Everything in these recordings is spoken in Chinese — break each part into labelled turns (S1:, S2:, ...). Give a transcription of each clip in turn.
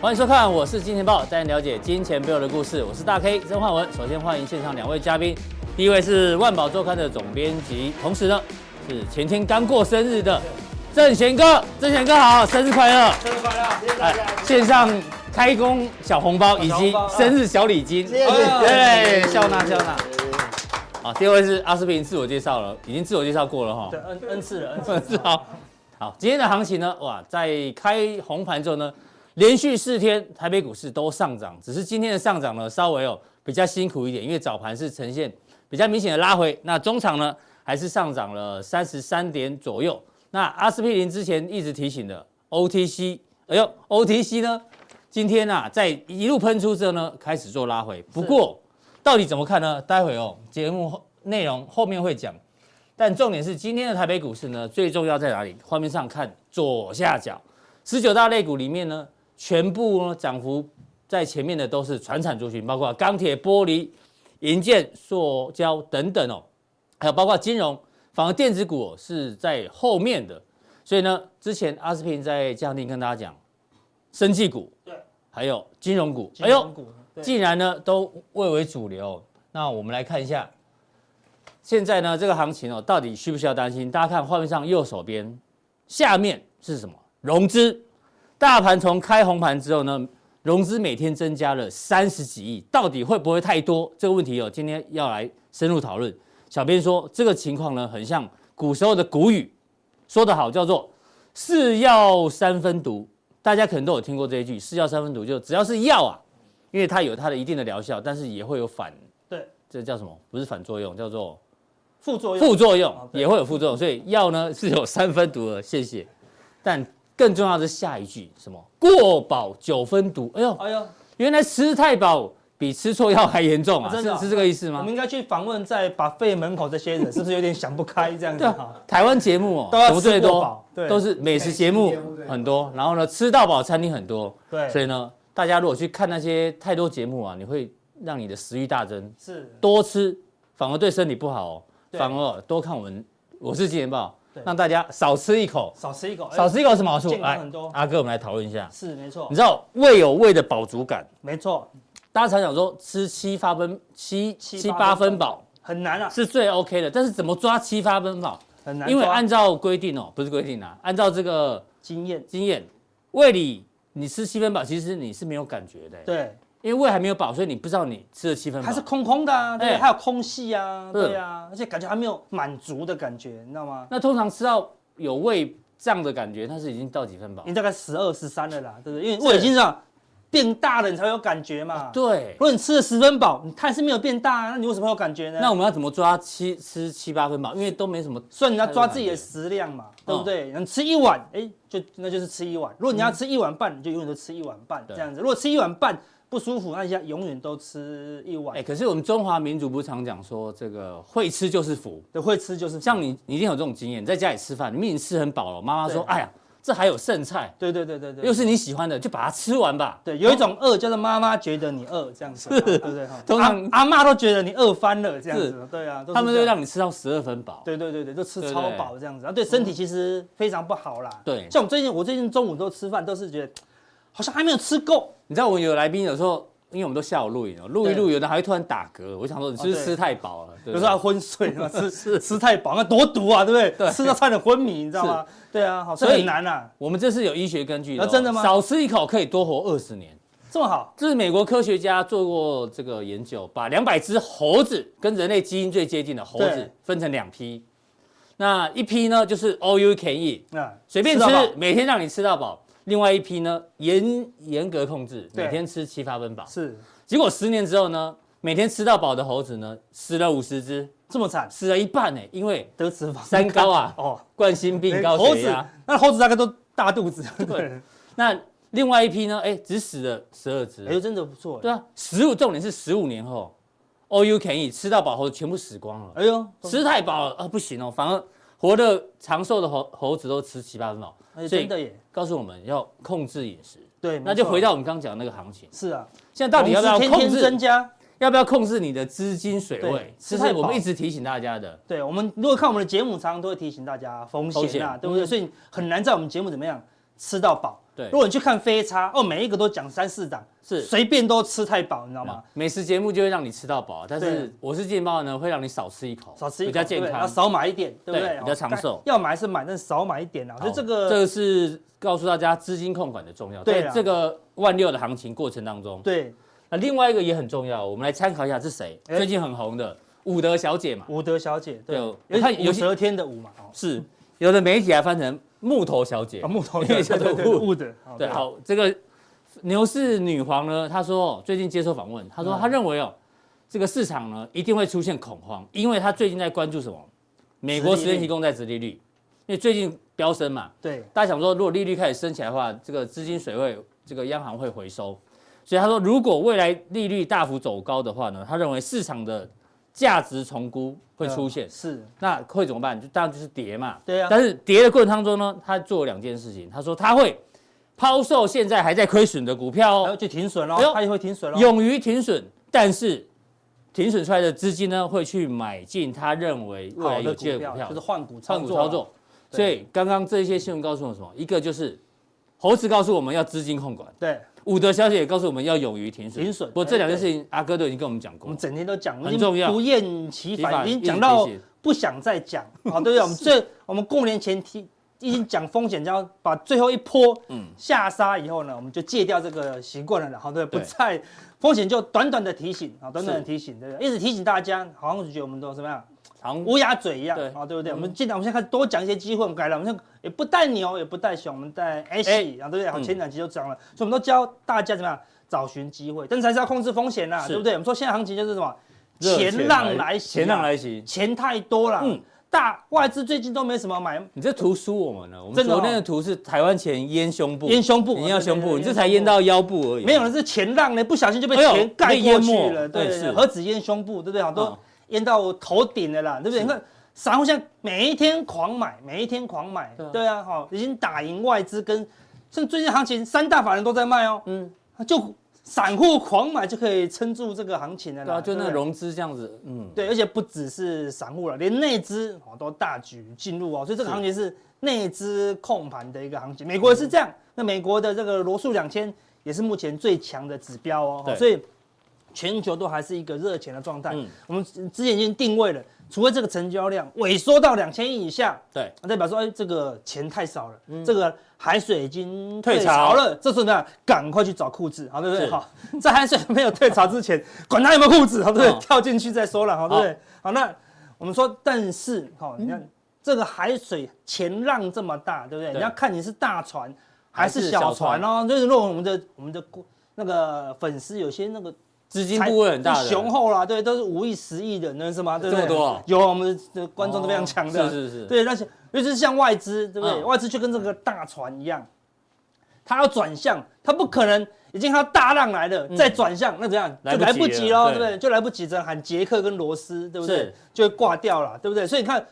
S1: 欢迎收看，我是金钱豹，带您了解金钱背后的故事。我是大 K 曾焕文。首先欢迎现场两位嘉宾，第一位是万宝周刊的总编辑，同时呢是前天刚过生日的郑贤哥，郑贤哥好，生日快乐！
S2: 生日快乐！谢谢大
S1: 哎
S2: 家。，
S1: 线上开工小红包以及生日小礼金，
S2: 哎谢
S1: 对，笑纳笑纳。好，第二位是阿斯平自我介绍了，已经自我介绍过了哈。
S2: 对，N N 次了，N 次。
S1: 是 好，好，今天的行情呢，哇，在开红盘之后呢，连续四天台北股市都上涨，只是今天的上涨呢，稍微哦比较辛苦一点，因为早盘是呈现比较明显的拉回，那中场呢还是上涨了三十三点左右。那阿司匹林之前一直提醒的 OTC，哎呦，OTC 呢，今天啊在一路喷出之后呢，开始做拉回，不过到底怎么看呢？待会哦节目后内容后面会讲。但重点是今天的台北股市呢，最重要在哪里？画面上看左下角，十九大类股里面呢，全部呢涨幅在前面的都是传产族群，包括钢铁、玻璃、银建、塑胶等等哦，还有包括金融、反而电子股、哦、是在后面的。所以呢，之前阿斯平在嘉定跟大家讲，生技股，
S2: 对，
S1: 还有金融股，
S2: 金融股，对
S1: 既然呢都蔚为主流，那我们来看一下，现在呢这个行情哦，到底需不需要担心？大家看画面上右手边，下面是什么？融资，大盘从开红盘之后呢，融资每天增加了三十几亿，到底会不会太多？这个问题哦，今天要来深入讨论。小编说这个情况呢，很像古时候的古语，说得好，叫做“是药三分毒”，大家可能都有听过这一句“是药三分毒”，就只要是药啊。因为它有它的一定的疗效，但是也会有反，
S2: 对，
S1: 这叫什么？不是反作用，叫做
S2: 副作用。
S1: 副作用
S2: 哦，对
S1: 也会有副作用。所以药呢是有三分毒的，谢谢。但更重要的是下一句什么？过饱九分毒。哎呦，
S2: 哎呦，
S1: 原来吃太饱比吃错药还严重啊！
S2: 啊真的啊
S1: 是是这个意思
S2: 我
S1: 吗
S2: 们？应该去访问在把肺门口这 些人，是不是有点想不开这样子
S1: 对
S2: 哈
S1: 啊？，台湾节目哦，
S2: 都要
S1: 什么最
S2: 吃过
S1: 多
S2: 饱？对
S1: 都是美食节目
S3: 美食节目对
S1: 很多，然后呢，吃到饱餐厅很多。所
S2: 对，
S1: 以呢，大家如果去看那些太多节目啊，你会让你的食欲大增。
S2: 是
S1: 多吃反而对身体不好哦，
S2: 对
S1: 反而多看我们我是金钱豹
S2: 对，
S1: 让大家少吃一口，
S2: 少吃一口，哎
S1: 少吃一口有什么好处？
S2: 健康
S1: 来
S2: 很多，
S1: 阿哥，我们来讨论一下。
S2: 是没错
S1: 你，知道胃有胃的饱足感，
S2: 没错，
S1: 大家常讲说吃七八分七
S2: 七
S1: 七
S2: 八
S1: 八
S2: 分
S1: 分饱
S2: 很难啊，
S1: 是最 OK 的，但是怎么抓七八分饱？
S2: 很难抓。
S1: 因为按照规定哦，不是规定啊，按照这个
S2: 经验，
S1: 经验，胃里你吃七分饱，其实你是没有感觉的，欸
S2: 对，
S1: 因为胃还没有饱，所以你不知道你吃了七分饱
S2: 还是空空的啊，对，
S1: 哎
S2: 还有空隙啊，
S1: 是
S2: 对啊，而且感觉还没有满足的感觉，你知道吗？
S1: 那通常吃到有胃胀的感觉，它是已经到几分饱？
S2: 你大概十二、十三了啦，对不对？因为胃已经这样变大了，你才会有感觉嘛。
S1: 啊对
S2: 如。果你吃了十分饱，你它还是没有变大，那你为什么会有感觉呢？
S1: 那我们要怎么抓七吃七八分饱？因为都没什么，
S2: 所以你要抓自己的食量嘛，对
S1: 嗯
S2: 不对？你吃一碗，哎，就那就是吃一碗。如果你要吃一碗半，你就永远都吃一碗半
S1: 对
S2: 这样子。如果吃一碗半不舒服，那你要永远都吃一
S1: 哎、
S2: 碗。
S1: 可是我们中华民族不是常讲说这个会吃就是福，
S2: 对，会吃就是
S1: 像你你一定有这种经验，你在家里吃饭，你明明吃很饱了，妈妈说，
S2: 对
S1: 哎呀，这还有剩菜，
S2: 对对对对对，
S1: 又是你喜欢的，就把它吃完吧。
S2: 对，有一种饿叫做妈妈觉得你饿这样子嘛，对不对？哈
S1: 通常
S2: 阿阿妈都觉得你饿翻了这样
S1: 是
S2: 子，对啊，都是
S1: 他们
S2: 这
S1: 就
S2: 样
S1: 让你吃到十二分饱。
S2: 对对对对，就吃
S1: 对不
S2: 超
S1: 对
S2: 饱这样子，啊，对身体其实非常不好啦。
S1: 对
S2: 像我最近我最近中午都吃饭都是觉得好像还没有吃够，
S1: 你知道我们有来宾有时候，因为我们都下午录影哦，录一
S2: 对
S1: 录，有的还会突然打嗝，我想说你是不
S2: 哦
S1: 是
S2: 对
S1: 吃太饱了？对不
S2: 有
S1: 对
S2: 时候还昏睡嘛，吃吃吃太饱，那多毒啊，对不对？
S1: 对
S2: 吃到差点昏迷，你知道吗？对啊，好，所以
S1: 所以
S2: 很难啊，
S1: 我们这是有医学根据的哦、
S2: 啊真的吗
S1: 少吃一口可以多活二十年。
S2: 这么好，
S1: 这是美国科学家做过这个研究，把两百只猴子跟人类基因最接近的猴子
S2: 对
S1: 分成两批，那一批呢就是 all you can eat，
S2: 那
S1: 随便
S2: 吃
S1: 吃
S2: 到饱，
S1: 每天让你吃到饱；另外一批呢严严格控制，
S2: 对
S1: 每天吃七八分饱。
S2: 是
S1: 结果十年之后呢，每天吃到饱的猴子呢死了五十只，
S2: 这么惨，
S1: 死了一半呢，因为
S2: 得脂肪
S1: 三高啊
S2: 哦，
S1: 冠心病、高
S2: 猴
S1: 血
S2: 子
S1: 压。
S2: 那猴子大概都大肚子，
S1: 对，那另外一批呢，哎，只死了十二只。
S2: 哎，真的不错，
S1: 对啊，十五重点是十五年后，all you can eat 吃到饱猴子全部死光了，
S2: 哎呦，
S1: 吃太饱了啊不行哦，反而活得长寿的猴猴子都吃七八分饱，
S2: 哎
S1: 所以
S2: 真的耶，
S1: 告诉我们要控制饮食。
S2: 对，
S1: 那
S2: 没
S1: 就
S2: 错
S1: 回到我们刚讲的那个行情，
S2: 是啊，
S1: 现在到底要不要
S2: 融资
S1: 控
S2: 天天增
S1: 制？
S2: 加？
S1: 要不要控制你的资金水位
S2: 对？
S1: 这
S2: 吃
S1: 是
S2: 太饱
S1: 我们一直提醒大家的。
S2: 对，我们如果看我们的节目，常常都会提醒大家风险啊，
S1: 风险
S2: 对不对？
S1: 嗯
S2: 所以很难在我们节目怎么样吃到饱。
S1: 对
S2: 如果你去看飞叉，哦，每一个都讲三四档，
S1: 是
S2: 随便都吃太饱，你知道吗
S1: 啊？美食节目就会让你吃到饱，但是
S2: 对
S1: 我是健报呢，会让你少吃一口，
S2: 少吃一
S1: 嗯
S2: 口
S1: 比较健
S2: 对然
S1: 康
S2: 后。少买一点，对不
S1: 对
S2: 对？
S1: 比较长寿
S2: 该要买是买，但是少买一点啊。
S1: 好
S2: 就这
S1: 这
S2: 个，
S1: 个是告诉大家资金控管的重要。
S2: 对
S1: 在
S2: 啊
S1: 这个万六的行情过程当中，
S2: 对，
S1: 那另外一个也很重要，我们来参考一下是谁，
S2: 哎
S1: 最近很红的伍德小姐嘛，
S2: 武德小姐，对
S1: 对我，看
S2: 有看
S1: 有
S2: 武
S1: 些
S2: 则天的武嘛，哦
S1: 是有的媒体还翻成木头小姐
S2: 啊，。木头
S1: 因为
S2: 的，
S1: 叫
S2: 对
S1: 做
S2: 对对，
S1: 武
S2: 武的，哦
S1: 对，，好，这个牛市女皇呢，她说哦最近接受访问，她说
S2: 嗯
S1: 她认为哦，这个市场呢一定会出现恐慌，因为她最近在关注什么？美国
S2: 殖利
S1: 十
S2: 率
S1: 年提供在殖利率，因为最近飙升嘛，
S2: 对，
S1: 大家想说，如果利率开始升起来的话，这个资金水位，这个央行会回收。所以他说，如果未来利率大幅走高的话呢，他认为市场的价值重估会出现
S2: 嗯。是，
S1: 那会怎么办？就当然就是跌嘛。
S2: 对啊，
S1: 但是跌的过程当中呢，他做了两件事情。他说他会抛售现在还在亏损的股票
S2: 然后
S1: 哦，
S2: 就停损喽
S1: 哎呦，
S2: 他也会停损喽，
S1: 勇于停损，但是停损出来的资金呢，会去买进他认为未来
S2: 好
S1: 哎有
S2: 的
S1: 机会
S2: 股
S1: 的股
S2: 票
S1: 票
S2: 就是。换股
S1: 换
S2: 操
S1: 股
S2: 作，
S1: 操，作。
S2: 对
S1: 所以刚刚这些新闻告诉我们什么？一个就是猴子告诉我们要资金控管，
S2: 对，
S1: 伍德小姐也告诉我们要勇于停损。
S2: 停损哎
S1: 不过这两件事情，阿哥都已经跟我们讲
S2: 我
S1: 过
S2: 们。整天都讲，
S1: 很
S2: 已经
S1: 重要
S2: 不厌其
S1: 提法
S2: 烦，已经
S1: 一直
S2: 讲到
S1: 提醒
S2: 不想再讲，好，对不对？我 们这我们过年前提。已经讲风险，要把最后一波
S1: 嗯
S2: 下杀以后呢，我们就戒掉这个习惯了啦，然后对不对，
S1: 对
S2: 不再风险就短短的提醒啊，短短的
S1: 是
S2: 提醒，对不对？一直提醒大家，好像是觉得我们都怎么样，
S1: 好，
S2: 乌鸦嘴一样
S1: 对
S2: 啊，对不对？
S1: 嗯
S2: 我们尽量，我们现在开始多讲一些机会，我们改了，我们现在也不带牛，也不带熊，我们带 A 系啊，对不对？好，
S1: 嗯
S2: 前两集就讲了，所以我们都教大家怎么样找寻机会，但是还是要控制风险啦，
S1: 是
S2: 对不对？我们说现在行情就是什么，
S1: 热
S2: 前浪来袭，啊
S1: 前浪，来袭。啊
S2: 钱太多了，
S1: 嗯
S2: 大外资最近都没什么买，
S1: 你这图输我们了，我们
S2: 真的哦
S1: 昨天的图是台湾前淹胸部，
S2: 淹胸部，啊
S1: 你要胸部，
S2: 对对对
S1: 你这才淹到腰部而已。
S2: 没有了，是前浪呢，不小心就被
S1: 啊哎呦
S2: 钱盖
S1: 被
S2: 过
S1: 淹
S2: 去
S1: 没
S2: 了，
S1: 对
S2: 对，
S1: 是
S2: 对何止淹胸部，对不对？好
S1: 嗯
S2: 多淹到头顶了啦，对不对？
S1: 是
S2: 你看散户现在每一天狂买，每一天狂买
S1: 对啊，
S2: 对啊，好，已经打赢外资跟，像最近行情三大法人都在卖哦，
S1: 嗯
S2: 嗯，就散户狂买就可以撑住这个行情的
S1: 对
S2: 啦，
S1: 啊，就那
S2: 对不对
S1: 个融资这样子，嗯，
S2: 对，而且不只是散户了，连内资哦都大举进入哦，所以这个
S1: 是
S2: 行情是内资控盘的一个行情。美国也是这样，那美国的这个罗素两千也是目前最强的指标哦，
S1: 对
S2: 所以全球都还是一个热钱的状态。
S1: 嗯
S2: 我们之前已经定位了，除非这个成交量萎缩到两千亿以下，
S1: 对，
S2: 那代表说，哎，这个钱太少了，这个海水已经
S1: 嗯退
S2: 退
S1: 潮
S2: 潮了，这时候呢，赶快去找裤子，好对不对？
S1: 是
S2: 好， 在海水没有退潮之前，管它有没有裤子，好对不
S1: 嗯
S2: 对？跳进去再说了，好对不对？好，那我们说，但是哈，你看这个海水前浪这么大，对不对？
S1: 嗯对
S2: 你要看你是大船还
S1: 还是
S2: 是
S1: 小
S2: 小
S1: 船
S2: 船哦。就是如果我们的我们的那个粉丝有些那个
S1: 资金部位很大的，
S2: 雄厚啦，对，都是五亿、十亿的，那是吗？对不对？
S1: 这么多啊
S2: 有我们的观众都非常强的，
S1: 哦是是是
S2: 对，那些尤其是像外资，对不对？
S1: 嗯
S2: 外资就跟这个大船一样，它要转向，它不可能已经它大浪来了、再转向，那怎样
S1: 嗯来
S2: 就
S1: 不及
S2: 来不及喽，
S1: 了
S2: 对不
S1: 对
S2: 对？就来不及，只能喊捷克跟罗斯，对不对
S1: 是？
S2: 就会挂掉了，对不对？所以你看。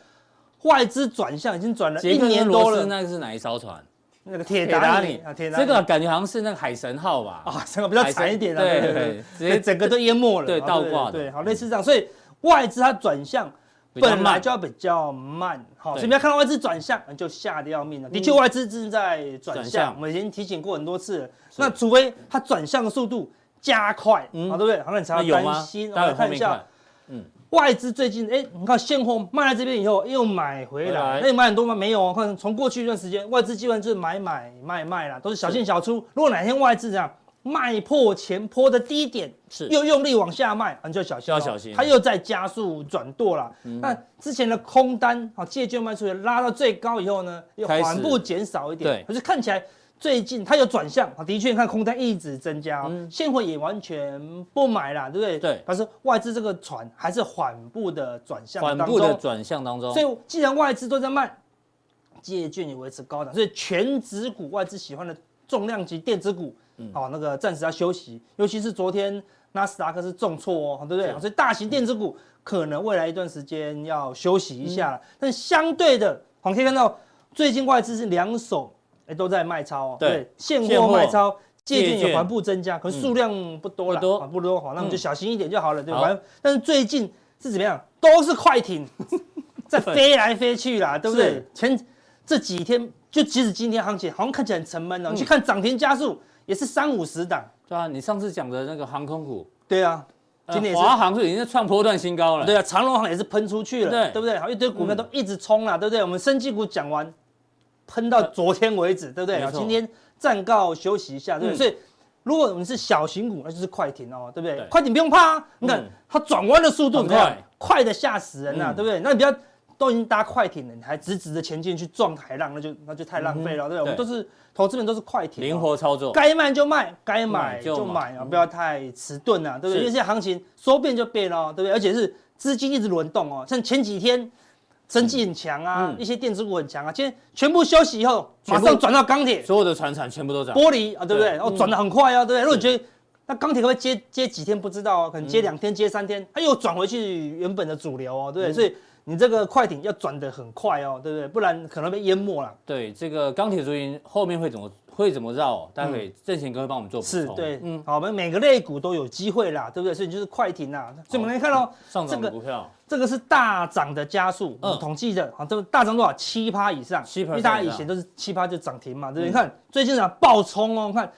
S2: 外资转向已经转了
S1: 杰
S2: 一
S1: 克跟
S2: 年多
S1: 罗斯
S2: 了，
S1: 那个是哪一艘船？
S2: 那个铁
S1: 铁达
S2: 达
S1: 尼
S2: 尼啊，铁达
S1: 这
S2: 尼
S1: 个感觉好像是那个海神号吧？
S2: 啊，这个比较惨一点啊，
S1: 海参
S2: 对对对
S1: 对，
S2: 对
S1: 直接
S2: 整个都淹没了，
S1: 对
S2: 啊
S1: 倒挂的嗯
S2: 对，好，类似这样，所以外资它转向
S1: 比较慢
S2: 本来就要比较慢，好，
S1: 对嗯
S2: 所以你要看到外资转向你就吓得要命了。的确，外资正在转
S1: 转向
S2: 向，我们已经提醒过很多次了。那除非它转向的速度加快，啊
S1: 嗯
S2: 好，对不对？好，那你才
S1: 那
S2: 要
S1: 有
S2: 担
S1: 吗
S2: 心。？我
S1: 待
S2: 们
S1: 会
S2: 来
S1: 后
S2: 看一
S1: 面
S2: 下
S1: 看。
S2: 外资最近，哎，你看现货卖在这边以后又买回
S1: 回来
S2: 来，那你买很多吗？没有哦，看从过去一段时间，外资基本上就是买买卖卖啦，都是小进小出。如果哪天外资这样卖破前坡的低点，
S1: 是
S2: 又用力往下卖，啊你就要小心哦、
S1: 就要小心嗯
S2: 它又在加速转舵啦。那之前的空单啊，借券卖出去拉到最高以后呢，又
S1: 开始
S2: 缓步减少一点，
S1: 对
S2: 可是看起来。最近它有转向啊，的确，你看空单一直增加、哦，现货也完全不买啦，对不对？
S1: 嗯对
S2: 但是外资这个船还是缓步的转向
S1: 缓
S2: 当中，
S1: 步的转向当中，
S2: 所以既然外资都在卖，借券也维持高档，所以全指股外资喜欢的重量级电子股，
S1: 嗯
S2: 好、那个暂时要休息，尤其是昨天纳斯达克是重挫哦，对不对？
S1: 是
S2: 所以大型电子股可能未来一段时间要休息一下，
S1: 嗯
S2: 但相对的，我们可以看到最近外资是两手哎都在卖超哦，
S1: 对
S2: 现
S1: 现货
S2: 货卖超。借
S1: 借
S2: 券
S1: 券嗯
S2: 也缓步增加，可是数量不多了，
S1: 不多
S2: 啊不多好，那我们就
S1: 嗯
S2: 小心一点就好了，对吧？
S1: 好
S2: 反正但是最近是怎么样，都是快艇，在飞来飞去啦，对不对
S1: 是？
S2: 前这几天就即使今天行情好像看起来很沉闷哦，你去看涨停加速也是三五十档，
S1: 对啊，你上次讲的那个航空股，
S2: 对啊，
S1: 呃
S2: 今天也是
S1: 华航是已经在创波段新高了，
S2: 对啊，长隆行也是喷出去了，
S1: 对嗯
S2: 对不对？好，一堆股票都一直冲啊啦，对不对？我们生技股讲完，喷到昨天为止，对不对？
S1: 嗯没
S2: 好
S1: 错
S2: 今天暂告休息一下，对不
S1: 嗯
S2: 对？所以。如果我们是小型股，那就是快艇哦，对不
S1: 对
S2: 对？快艇不用怕啊，你看
S1: 嗯
S2: 它转弯的速度
S1: 很
S2: 怎么样
S1: 快
S2: 快的吓死人呐，
S1: 嗯
S2: 对不对？那你不要都已经搭快艇了，你还直直的前进去撞海浪，那就那就太浪费了，对不对？我
S1: 嗯
S2: 们
S1: 对
S2: 都是投资人都是快艇哦，
S1: 灵活操作，
S2: 该卖就卖，该
S1: 买
S2: 买
S1: 就
S2: 就
S1: 买嗯
S2: 买啊，不要太迟钝啊，对不
S1: 是
S2: 对？因为现在行情说变就变哦，对不对？而且是资金一直轮动哦，像前几天。生技很强啊
S1: 嗯，
S2: 一些电子股很强啊，今天全部休息以后，
S1: 全
S2: 马
S1: 部
S2: 上转到钢铁、
S1: 所有的船产全部都涨，
S2: 玻璃啊，对不
S1: 对嗯
S2: 对？哦，转的很快啊，对不对？如果你觉得那钢铁会不会接接几天不知道啊，
S1: 嗯
S2: 可能接两天、接三天，它又转回去原本的主流
S1: 嗯
S2: 哦，对不对？所以你这个快艇要转的很快哦，对不对？不然可能被淹没了。
S1: 对，这个钢铁族群后面会怎么会怎么绕哦？待会正贤哥会帮我们做补充，
S2: 嗯是对，嗯，好，我们每个类股都有机会啦，对不对？所以你就是快艇啦，所以我们来看哦，
S1: 上涨
S2: 这
S1: 的
S2: 个
S1: 股票，
S2: 这个是大涨的加速，
S1: 嗯
S2: 我们统计的，好，这个大涨多少？七趴以上，
S1: 7%
S2: 因为大家以前都是七趴就涨停嘛，对不对？你看最近啊爆冲哦，看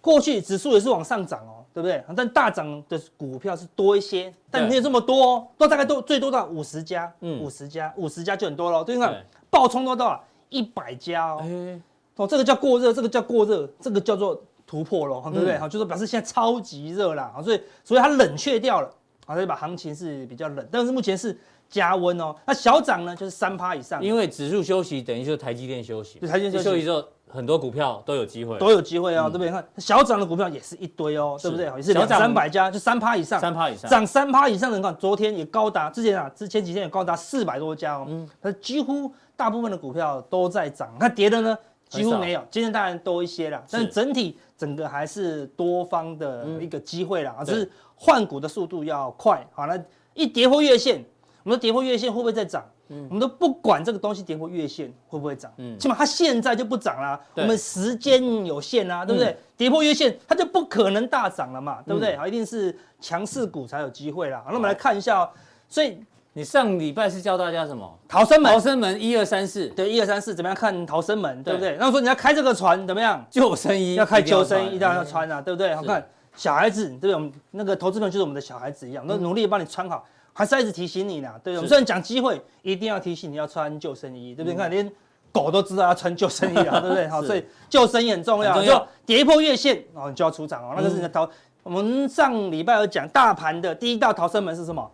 S2: 过去指数也是往上涨哦，对不对？但大涨的股票是多一些，但没有这么多哦，都大概都最多到五十家，
S1: 嗯
S2: 五十家，五十家就很多了，对不对？你
S1: 对
S2: 看爆冲都到一百家哦，
S1: 哎，
S2: 哦，这个叫过热，这个叫过热，这个叫做突破咯，对
S1: 嗯
S2: 不对？好、就是表示现在超级热啦，好所以所以它冷却掉了，好，所以把行情是比较冷，但是目前是加温哦。那小涨呢，就是三趴以上，
S1: 因为指数休息等于就是台积电休息，
S2: 啊对台积电休息
S1: 休息之后，很多股票都有机会，
S2: 都有机会哦，对不对？你看小涨的股票也是一堆哦，对不对？好也是
S1: 嗯小
S2: 两
S1: 涨
S2: 三百家，就三趴以上。
S1: 三趴以上，
S2: 涨三趴以上的，你看昨天也高达，之前啊，之前几天也高达四百多家哦，它几乎大部分的股票都在涨，那跌的呢
S1: 嗯很
S2: 几
S1: 少
S2: 乎没有，今天当然多一些啦，但整体整个还是多方的一个机会
S1: 嗯
S2: 啦，啊只是换股的速度要快，好，那一跌破月线，我们的跌破月线会不会再涨？
S1: 嗯
S2: 我们都不管这个东西跌破月线会不会涨，起码它现在就不涨啦。
S1: 对
S2: 我们时间有限啊，对不对？跌破月线它就不可能大涨了嘛，对不对？好，一定是强势股才有机会啦。好那我们来看一下哦，所以
S1: 你上礼拜是教大家什么？
S2: 逃生
S1: 逃
S2: 门，
S1: 生门一二三四，
S2: 对，一二三四怎么样看逃生门，对不
S1: 对
S2: 对？那说你要开这个船怎么样？
S1: 救生衣
S2: 要开
S1: 一定
S2: 救生衣一定要
S1: 穿
S2: 穿啊，对不对？好看小孩子，对不对？我们那个投资朋友就是我们的小孩子一样，那努力帮你穿好，还是要一直提醒你啦，对不对？我们虽然讲机会，一定要提醒你要穿救生衣，对不对？你看连狗都知道要穿救生衣 啊，对不对？好，
S1: 嗯是
S2: 所以救生衣很重要，
S1: 很重要嗯
S2: 就跌破月线哦，你就要出场哦，那就是你的逃。我们上礼拜有讲大盘的第一道逃生门是什么？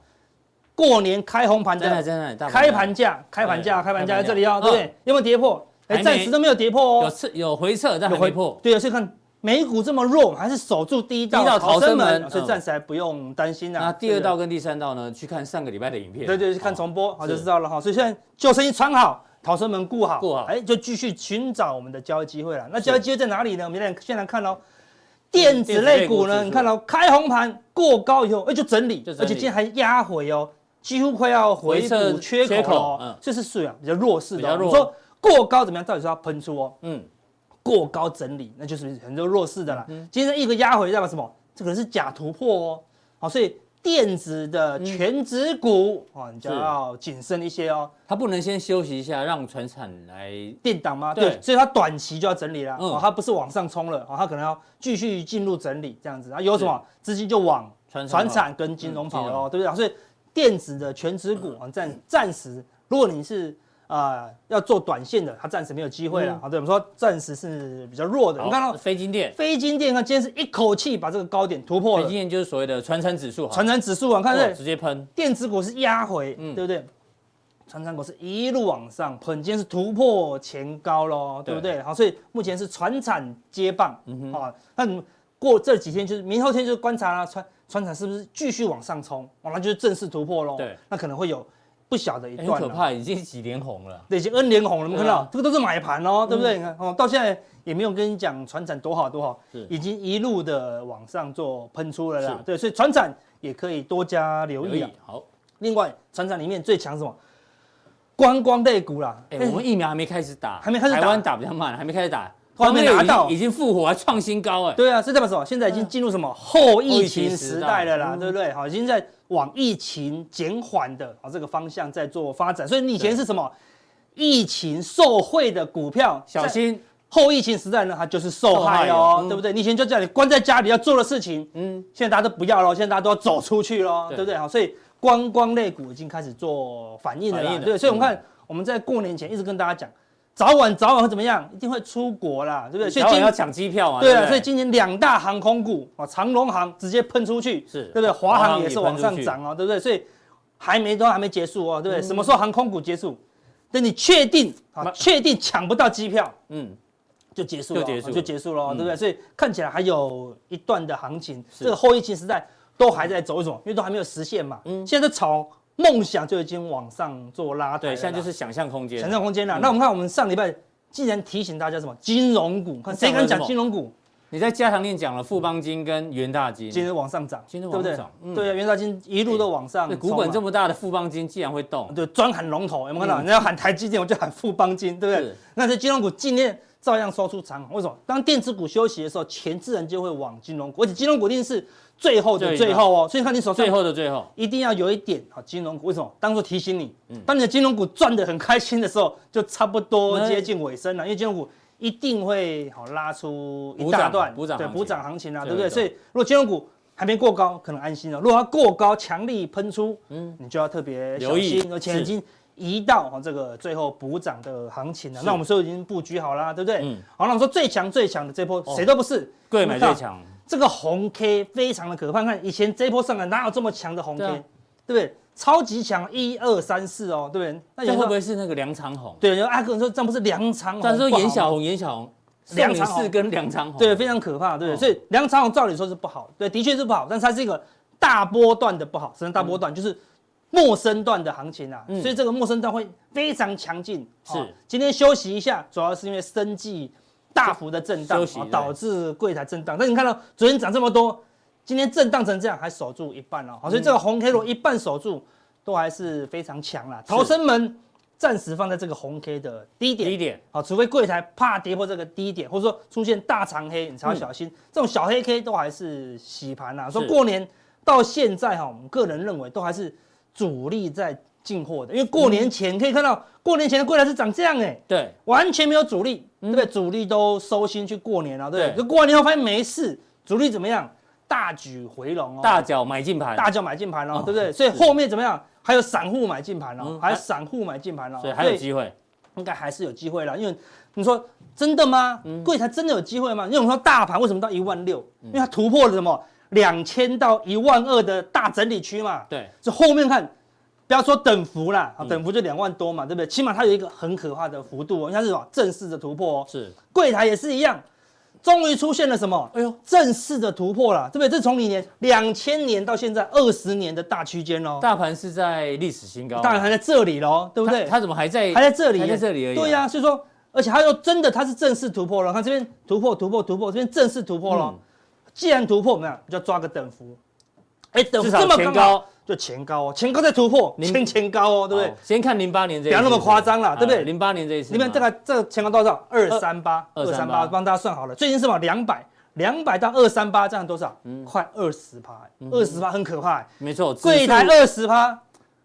S2: 过年开红盘
S1: 在哪
S2: 的
S1: 在哪里？大
S2: 开盘价，开盘
S1: 对
S2: 价，开盘价在这里
S1: 嗯
S2: 哦，对不对？有没有跌破？
S1: 还没
S2: 哎，暂时都没有跌破哦，
S1: 有测有回撤，但
S2: 有
S1: 还没破。
S2: 对啊，所以看美股这么弱，我们还是守住第一
S1: 第一道
S2: 道逃
S1: 逃生
S2: 生门，啊
S1: 门
S2: 所以
S1: 嗯
S2: 暂时还不用担心啦。
S1: 那第二
S2: 对不对
S1: 道跟第三道呢？去看上个礼拜的影片。
S2: 对对，去看
S1: 哦
S2: 重播，好
S1: 是
S2: 就知道了哈。所以现在救生衣穿好，逃生门顾好，
S1: 顾好
S2: 哎，就继续寻找我们的交易机会了。那交易机会在哪里呢？我们现在现在看喽，电子类股
S1: 嗯电子类股指
S2: 呢，
S1: 数
S2: 你看喽，开红盘过高以后，哎，就整理
S1: 就，整理
S2: 而且今天还压回哦，几乎快要回
S1: 回撤
S2: 补缺
S1: 缺
S2: 口了
S1: 口嗯
S2: 哦，这是属于啊比较弱势的
S1: 比
S2: 哦。
S1: 较
S2: 我
S1: 弱
S2: 们说过高怎么样？到底是要喷出哦？
S1: 嗯，
S2: 过高整理，那就是很多弱势的啦。今天一个压回代表什么？这可能是假突破哦。好，所以电子的全指股
S1: 嗯
S2: 啊、哦，你就要谨慎一些哦。
S1: 它不能先休息一下，让船产来
S2: 电档吗？
S1: 对
S2: 对，所以它短期就要整理啦。
S1: 嗯
S2: 哦，它不是往上冲了，哦，它可能要继续进入整理这样子。啊，有什么资金就往
S1: 船
S2: 船
S1: 跑
S2: 产跟金融跑
S1: 嗯
S2: 了
S1: 金嗯
S2: 哦，对不对？所以电子的全指股啊，暂暂时，如果你是啊要做短线的，它暂时没有机会了
S1: 嗯。
S2: 好，对，我们说暂时是比较弱的。
S1: 好
S2: 你看到哦
S1: 飞金店，
S2: 非金电看今天是一口气把这个高点突破
S1: 飞金
S2: 了，
S1: 店就是所谓的船产指数，
S2: 传产指数啊，看
S1: 哇
S2: 对不
S1: 直
S2: 对，
S1: 接喷，
S2: 电子股是压回，
S1: 嗯
S2: 对不对？传产股是一路往上喷，今天是突破前高喽，
S1: 对嗯
S2: 对不对？好，所以目前是传产接棒，啊，那你过这几天就是明后天就是观察啦、传传产是不是继续往上冲，完了就是正式突破喽，
S1: 对，
S2: 那可能会有不小的一
S1: 哎很
S2: 段啊
S1: 可
S2: 啦
S1: 怕，已经几连红了。
S2: 对，已经 N 连红了，我们看
S1: 对
S2: 到
S1: 啊
S2: 这个都是买盘哦，对不对？你看哦，到现在也没有跟你讲船产多好多好
S1: 是，
S2: 已经一路的往上做喷出了啦
S1: 是。
S2: 对，所以船产也可以多加留意啊。
S1: 好，
S2: 另外，船产里面最强是什么？观光类股啦。
S1: 哎，
S2: 哎
S1: 我们疫苗还没开始打，
S2: 还没开始打
S1: 台湾打比较慢，还没开始打，
S2: 还没拿到
S1: 已经已经复活，还创新高，哎，
S2: 对啊，是代表什么？现在已经进入什么后疫
S1: 哦后疫
S2: 情
S1: 情时
S2: 时
S1: 代嗯
S2: 代了啦，对不对？哦好，已经哦在往疫情减缓的啊这个方向在做发展。所以你以前是什么？疫情受惠的股票，
S1: 小心
S2: 后疫情时代呢，它就是受害
S1: 受
S2: 哦，
S1: 害嗯
S2: 对不对？你以前就叫你关在家里要做的事情，
S1: 嗯
S2: 嗯，现在大家都不要了，现在大家都要走出去了，
S1: 对
S2: 对不对？好，所以观光类股已经开始做反应了
S1: 反
S2: 啦
S1: 应，了
S2: 对，所以我们
S1: 嗯
S2: 看我们在过年前一直跟大家讲，早晚早晚会怎么样，一定会出国啦，对不对？所
S1: 嗯
S2: 以
S1: 早晚
S2: 今
S1: 要抢机票嘛，
S2: 对
S1: 不
S2: 啊，所以今年两大航空股啊，长龙航直接喷出去，
S1: 是
S2: 对不对？华
S1: 华航
S2: 航
S1: 也
S2: 也是
S1: 喷
S2: 往上
S1: 出去嗯
S2: 涨哦，对不对？所以还没都还没结束哦，对不对？什么时候航空股结束？等你确定啊
S1: 慢，
S2: 确定抢不到机票
S1: 嗯，
S2: 就结束了，
S1: 就结束了
S2: 就结束了哦，
S1: 嗯
S2: 对不对？所以看起来还有一段的行情，
S1: 是
S2: 这个后疫情时代都还在走一走，因为都还没有实现嘛。
S1: 嗯
S2: 现在在炒梦想就已经往上做拉哎抬了
S1: 对，
S2: 啦，
S1: 现在就是想象空间，
S2: 想象空间了。
S1: 嗯
S2: 那我们看我们上礼拜既然提醒大家什么金融股，看谁敢
S1: 上了什
S2: 讲
S1: 么
S2: 金融股？
S1: 你在加强店讲了富邦金跟元大金，
S2: 今天往上涨，
S1: 今天
S2: 对不
S1: 往
S2: 对？
S1: 上涨嗯
S2: 对啊，元大金一路都往上冲
S1: 对
S2: 嘛，
S1: 股本这么大的富邦金竟然会动，
S2: 啊对，啊专喊龙头，有没有看到？
S1: 嗯
S2: 人家喊台积电，我就喊富邦金，对不
S1: 是
S2: 对？那这金融股今天照样收出长虹，为什么？当电子股休息的时候，钱自然就会往金融股，而且金融股一定是最后的
S1: 最
S2: 最后哦，所以看你手上
S1: 最后的最后，
S2: 哦一定要有一点好金融股，为什么？当做提醒你，
S1: 嗯
S2: 当你的金融股赚得很开心的时候，就差不多接近尾声了，
S1: 嗯
S2: 因为金融股一定会好拉出一大段
S1: 补涨补涨行情
S2: 对补涨行情啊，
S1: 对
S2: 对不对？
S1: 对
S2: 所以如果金融股还没过高，可能安心了；如果它过高，强力喷出，
S1: 嗯
S2: 嗯，你就要特别
S1: 留
S2: 小
S1: 意
S2: 心，而且已经移到哦这个最后补涨的行情了。
S1: 是
S2: 那我们说已经布局好啦，对不对？
S1: 嗯
S2: 好，那我们说最强最强的这波
S1: 哦
S2: 谁都不是，
S1: 贵买最强，
S2: 这个红 K 非常的可怕，看以前这一波上来哪有这么强的红 K，
S1: 对
S2: 对,、
S1: 啊
S2: 不对？超级强，一二三四哦，对不对？那
S1: 这
S2: 有
S1: 会
S2: 人
S1: 不
S2: 说，
S1: 会是那个梁长虹？
S2: 对，有人阿哥说这样不是梁长虹，
S1: 但是说
S2: 不好
S1: 严
S2: 吗
S1: 小红，严小红，
S2: 梁
S1: 梁长
S2: 长虹
S1: 四跟梁长虹，
S2: 对，非常可怕，对不对？
S1: 哦
S2: 所以梁长虹照理说是不好，对，的确是不好，但是它是一个大波段的不好，什么大波段、就是。陌生段的行情啊，
S1: 嗯
S2: 所以这个陌生段会非常强劲。哦
S1: 是
S2: 今天休息一下，主要是因为生计大幅的震荡
S1: 休息，
S2: 哦
S1: 对
S2: 导致柜台震荡。但你看到昨天涨这么多，今天震荡成这样，还守住一半哦。好，所以
S1: 嗯
S2: 这个红 K 如果一半守住，都还是非常强啦。逃生门暂时放在这个红 K 的低点，
S1: 低点
S2: 好，除非柜台怕跌破这个低点，或者说出现大长黑，你才要小心。这种小黑 K 都还是洗盘啦、
S1: 嗯
S2: 说
S1: 是
S2: 过年到现在哈，我们个人认为都还是主力在进货的，因为过年前可以看到，过年前的柜台是长这样哎、
S1: 对，
S2: 完全没有主力，对不对？主力都收心去过年了，啊对不
S1: 嗯对
S2: 对？就过完年后发现没事，主力怎么样？大举回笼哦，
S1: 大脚买进盘，
S2: 大脚买进盘哦
S1: 哦，
S2: 对不对？所以后面怎么样？还有散户买进盘哦
S1: 嗯，
S2: 还有散户买进盘哦，
S1: 所以还有机会，
S2: 应该还是有机会啦，因为你说真的吗？
S1: 嗯
S2: 柜台真的有机会吗？因为我们说大盘为什么到一万六？因为它突破了什么两千到一万二的大整理区嘛。
S1: 对，嗯
S2: 所以后面看，不要说等幅啦，啊等幅就两万多嘛，对不对？起码它有一个很可怕的幅度哦，因为它是什么正式的突破哦。
S1: 是，
S2: 柜台也是一样，终于出现了什么？
S1: 哎呦，
S2: 正式的突破了，对不对？这从你年两千年到现在二十年的大区间哦，
S1: 大盘是在历史新高，
S2: 当然还在这里喽，对不对
S1: 它？它怎么还在
S2: 还在这里耶，
S1: 还在这里而已啊
S2: 对呀、所以说，而且它又真的它是正式突破了，看这边突破突破突破，这边正式突破了。
S1: 嗯
S2: 既然突破，我们啊就抓个等幅，哎，等幅
S1: 至少
S2: 这么
S1: 前
S2: 刚
S1: 高
S2: 好，就前高哦，前高再突破，
S1: 您
S2: 前前高哦，对不对
S1: 好？先看零八年这一次，嗯
S2: 不要那么夸张啦对不对
S1: 零八年这一次嘛，
S2: 你们这个这个前高多少？二三八，
S1: 二
S2: 二三
S1: 238
S2: 八，帮大家算好了。最近是吧？两百，两百到二三八，这样多少？
S1: 嗯
S2: 快二十趴，欸二十趴很可怕、欸。
S1: 没错，
S2: 柜
S1: 指
S2: 台
S1: 数
S2: 二十趴，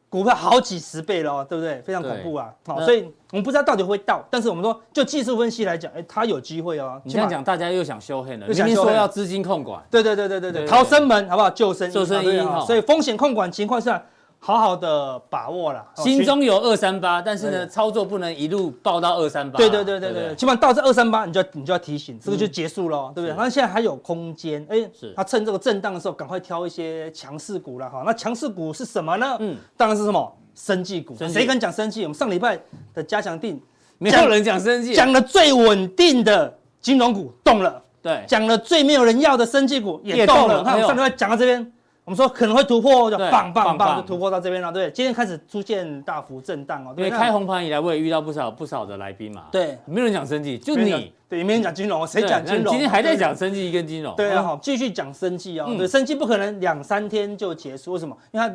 S2: 股票好几十倍了哦，对不对？非常恐怖啊！好，
S1: 那
S2: 所以我们不知道到底会到，但是我们说就技术分析来讲，哎，它有机会哦。
S1: 你这样讲，大家又想修黑了。
S2: 又
S1: 明
S2: 想
S1: 明
S2: 修
S1: 说
S2: 黑
S1: 要资金控管，
S2: 对对对对对
S1: 对
S2: 对，逃生门好不好？救生衣
S1: 救生衣
S2: 对啊
S1: 哈
S2: 所以风险控管情况下，好好的把握了。哦
S1: 心中有二三八，但是呢，
S2: 对
S1: 操作不能一路爆到二三八。啊
S2: 对对对对
S1: 不嗯
S2: 对，基本上到这二三八，你就要你就要提醒，这个就结束了哦，对不
S1: 是
S2: 对？那现在还有空间，哎
S1: 是，
S2: 他趁这个震荡的时候，赶快挑一些强势股了哈。那强势股是什么呢？
S1: 嗯
S2: 嗯，当然是什么生技股。
S1: 生技
S2: 谁敢讲生技？我们上礼拜的加强定
S1: 没有人讲生啊计。
S2: 讲了最稳定的金融股动了，
S1: 对，
S2: 讲了最没有人要的生技股
S1: 哎也
S2: 也
S1: 动
S2: 动
S1: 了
S2: 了。看
S1: 哎呦
S2: 我上礼拜讲到这边。我们说可能会突破，就
S1: 对
S2: 棒
S1: 棒
S2: 棒
S1: 棒
S2: 棒就突破到这边了，对不对？今天开始出现大幅震荡哦，
S1: 因
S2: 对
S1: 为
S2: 不对？
S1: 开红盘以来，我也遇到不少不少的来宾嘛。，
S2: 对，
S1: 没有人讲生计，就
S2: 没人
S1: 你
S2: 讲对，也没人讲金融，谁
S1: 对
S2: 讲
S1: 那
S2: 金
S1: 你
S2: 融？
S1: 今天还在讲生计跟金融。
S2: 对啊，
S1: 嗯，
S2: 好，继续讲生计哦。
S1: 嗯
S2: 对，生计不可能两三天就结束，为什么？因为它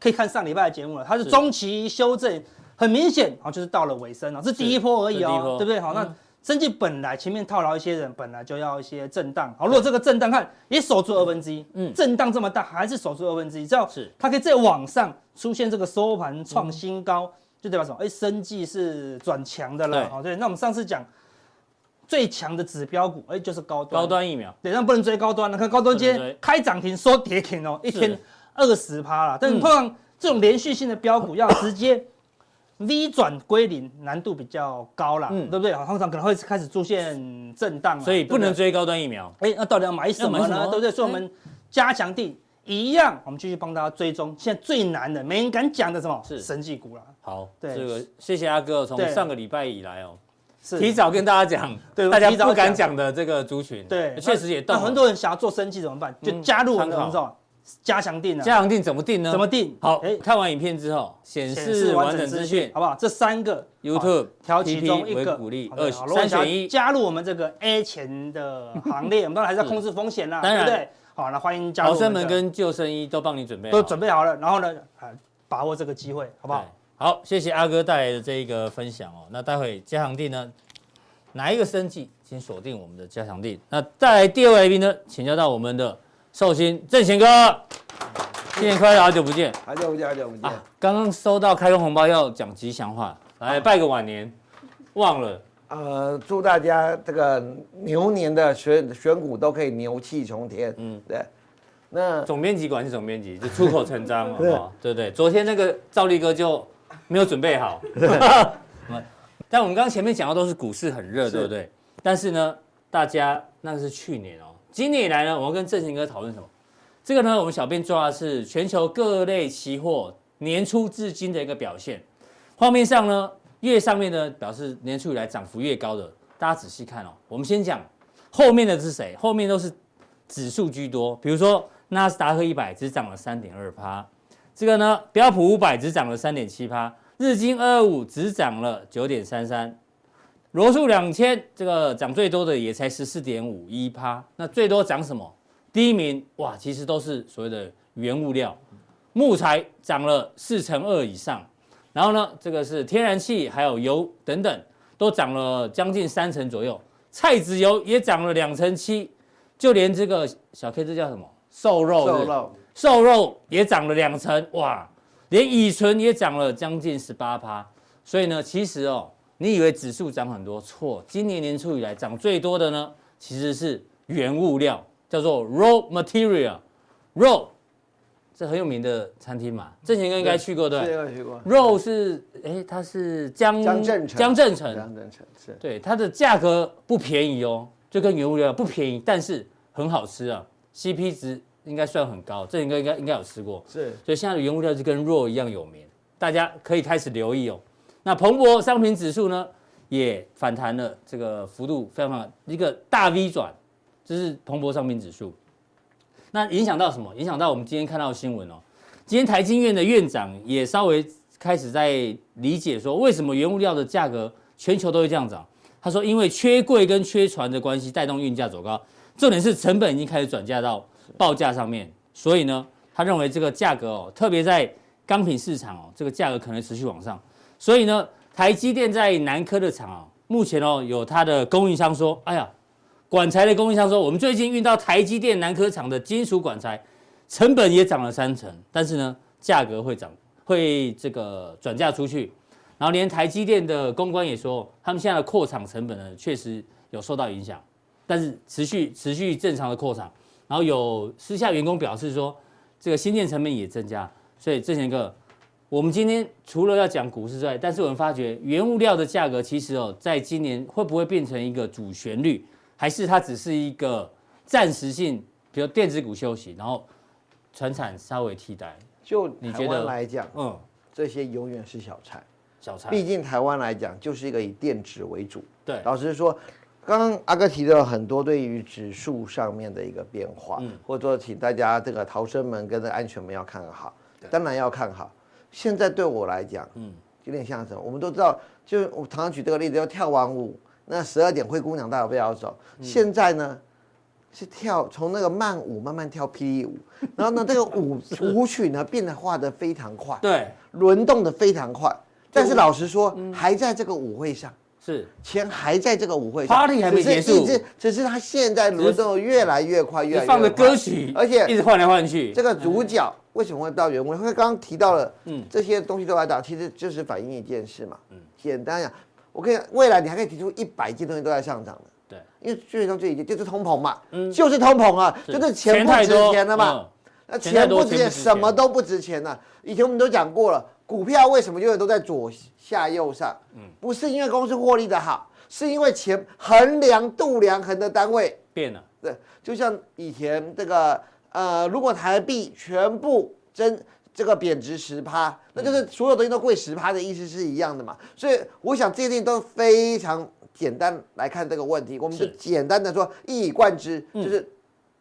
S2: 可以看上礼拜的节目了，它是
S1: 是
S2: 中期修正，很明显，好，就是到了尾声哦了，这是第一波而
S1: 这
S2: 已
S1: 是第一波嗯
S2: 哦，对不对？好，那生计本来前面套牢一些人，本来就要一些震荡，好，如果这个震荡看也守住二分之一，
S1: 嗯
S2: 嗯，震荡这么大还是守住二分之一，只要
S1: 是
S2: 它可以在往上出现这个收盘创新高。就代表什么？哎，生技是转强的
S1: 嗯
S2: 了
S1: 对。
S2: 好，对，那我们上次讲最强的指标股，哎，就是高端。
S1: 高，端疫苗，
S2: 对，但不能追高端了。看高端
S1: 不
S2: 今
S1: 能
S2: 天
S1: 追
S2: 开涨停收跌停哦，一天
S1: 是
S2: 二十趴啦。但
S1: 嗯
S2: 通常这种连续性的标股要直 接 V 转归零，难度比较高啦，
S1: 嗯
S2: 对不对？好，通常可能会开始出现震荡啦，
S1: 所以不
S2: 对
S1: 能
S2: 对
S1: 追高端疫苗。
S2: 哎，那到底要买什么
S1: 要买什
S2: 呢？
S1: 么哎
S2: 对不对？所以我们加强定一样，我们继续帮大家追踪现在最难的、没人敢讲的什么
S1: 是
S2: 神技股啦，
S1: 好，
S2: 对
S1: 这个谢谢阿哥哦，从
S2: 对
S1: 上个礼拜以来哦，
S2: 是
S1: 提早跟大家讲，
S2: 对
S1: 大家
S2: 提早
S1: 不敢
S2: 讲
S1: 讲的这个族群，
S2: 对，
S1: 确实也
S2: 那
S1: 动
S2: 那
S1: 了。嗯
S2: 很多人想要做生技怎么办？就加入我们的
S1: 参考
S2: 红照加强定啊，
S1: 加强定怎么定呢？
S2: 怎么定？
S1: 好
S2: 哎，，
S1: 看完影片之后显
S2: 显
S1: 示
S2: 示
S1: 完
S2: 完
S1: 整
S2: 整
S1: 资
S2: 资
S1: 讯
S2: 讯，好不好？这三个好
S1: ，YouTube
S2: 哦挑其
S1: PP
S2: 中一
S1: 为
S2: 个
S1: 鼓励
S2: 好的
S1: 二选
S2: 好如果
S1: 三
S2: 你想
S1: 选一，
S2: 加入我们这个 A 钱的 行列，我们当然还是要控制风险啦，
S1: 当然
S2: 对不对？好，那欢迎加入
S1: 逃
S2: 我
S1: 生
S2: 们
S1: 门
S2: 的
S1: 跟救生衣都帮你准备好，
S2: 都准备好了，然后呢，啊，把握这个机会，好不好？
S1: 对？好，谢谢阿哥带来的这一个分享哦。那待会加强定呢，哪一个生计，请锁定我们的加强定。那带来第二位来宾呢，请教到我们的寿星郑贤哥，新年快乐，好久不见
S3: 好久不见，好久不见
S2: 嗯
S1: 啊！刚刚收到开工红包，要讲吉祥话，来拜个晚年，忘了。
S3: 呃，祝大家这个牛年的选选股都可以牛气冲天。嗯，对。那
S1: 总编辑管是总编辑，就出口成章，好不好？对不对？昨天那个赵力哥就没有准备好，但我们刚刚前面讲到都是股市很热，对不对？但是呢，大家那个是去年哦，今年以来呢，我们跟郑贤哥讨论什么？这个呢，我们小编抓的是全球各类期货年初至今的一个表现。画面上呢，越上面呢表示年初以来涨幅越高的，大家仔细看哦。我们先讲后面的是谁？后面都是指数居多，比如说纳斯达克一百只涨了三点二趴，这个呢标普五百只涨了三点七趴，日经二二五只涨了九点三三，罗素两千这个涨最多的也才十四点五一趴，那最多涨什么？第一名哇，其实都是所谓的原物料，木材涨了四成二以上，然后呢，这个是天然气还有油等等都涨了将近三成左右，菜籽油也涨了两成七，就连这个小 K 这叫什么瘦肉是不
S3: 瘦
S1: 是
S3: 肉
S1: 瘦肉也涨了两成，哇，连乙醇也涨了将近十八趴。所以呢，其实哦，你以为指数涨很多，错。今年年初以来涨最多的呢，其实是原物料，叫做 raw material。raw 这很有名的餐厅嘛，郑贤哥应该去过对不
S3: 是
S1: 对
S3: 有去过。
S1: ？raw 是哎，它是江
S3: 江正成，
S1: 江正成，
S3: 江正成是
S1: 对，它的价格不便宜哦，就跟原物料不便宜，但是很好吃啊，CP 值应该算很高，这应该应该应该有吃过。
S3: 是
S1: 所以现在的原物料就跟弱一样有名，大家可以开始留意哦。那彭博商品指数呢也反弹了，这个幅度非常大一个大 V 转，这是彭博商品指数。那影响到什么？影响到我们今天看到的新闻哦。今天台经院的院长也稍微开始在理解说，为什么原物料的价格全球都会这样涨。他说，因为缺柜跟缺船的关系，带动运价走高。重点是成本已经开始转嫁到报价上面，所以呢，他认为这个价格哦，特别在钢品市场哦，这个价格可能持续往上。所以呢，台积电在南科的厂哦，目前哦有它的供应商说，哎呀，管材的供应商说，我们最近运到台积电南科厂的金属管材，成本也涨了三成，但是呢，价格会涨，会这个转嫁出去。然后连台积电的公关也说，他们现在的扩厂成本呢，确实有受到影响，但是持续持续正常的扩厂。然后有私下员工表示说，这个新建成本也增加，所以郑贤哥，哎我们今天除了要讲股市之外，但是我们发觉原物料的价格其实哦，在今年会不会变成一个主旋律，还是它只是一个暂时性，比如电子股休息，然后船产稍微替代，
S3: 就
S1: 你
S3: 台
S1: 觉得
S3: 湾来讲，
S1: 嗯，
S3: 这些永远是小菜。
S1: 小菜，
S3: 毕竟台湾来讲，就是一个以电子为主。
S1: 对
S3: 老实说，刚刚阿哥提到很多对于指数上面的一个变化，或者说请大家这个逃生门跟这个安全门要看好，当然要看好。现在对我来讲，嗯，有点像什么？我们都知道，就我常常举这个例子，要跳完舞，那十二点灰姑娘大家不要走。现在呢？是跳从那个慢舞慢慢跳霹雳舞，然后呢，这个舞舞曲呢变得画得非常快，
S1: 对，
S3: 轮动的非常快。但是老实说，还在这个舞会上，
S1: 是
S3: 钱还在这个舞会上
S1: Party 还没
S3: 只是
S1: 结束
S3: 一直只是他现在轮动得越来越快，
S1: 你
S3: 越来越
S1: 放的
S3: 快
S1: 歌曲，嗯
S3: 而且
S1: 一直换来换去，
S3: 这个主角为什么会到原位？因为刚刚提到了，嗯，这些东西都来打，其实就是反映一件事嘛。嗯，简单呀，我跟你讲，未来你还可以提出一百件东西都在上涨的。
S1: 对，
S3: 因为最终最一就是通膨嘛，就是通膨啊，就是钱不
S1: 太
S3: 值
S1: 多
S3: 钱了嘛。
S1: 嗯
S3: 那
S1: 钱太
S3: 钱
S1: 多
S3: 不
S1: 钱不
S3: 值钱，
S1: 值
S3: 什么
S1: 钱
S3: 都不值钱了、啊以前我们都讲过了，股票为什么永远都在左下右上？
S1: 嗯
S3: 不是因为公司获利的好，是因为钱衡量度量衡的单位。
S1: 变了，
S3: 对，就像以前这个呃，如果台币全部增这个贬值十趴，那就是
S1: 嗯
S3: 所有东西都贵十趴的意思是一样的嘛。所以我想这些东西都非常简单来看这个问题，我们就是简单的说一以贯之，
S1: 嗯
S3: 就是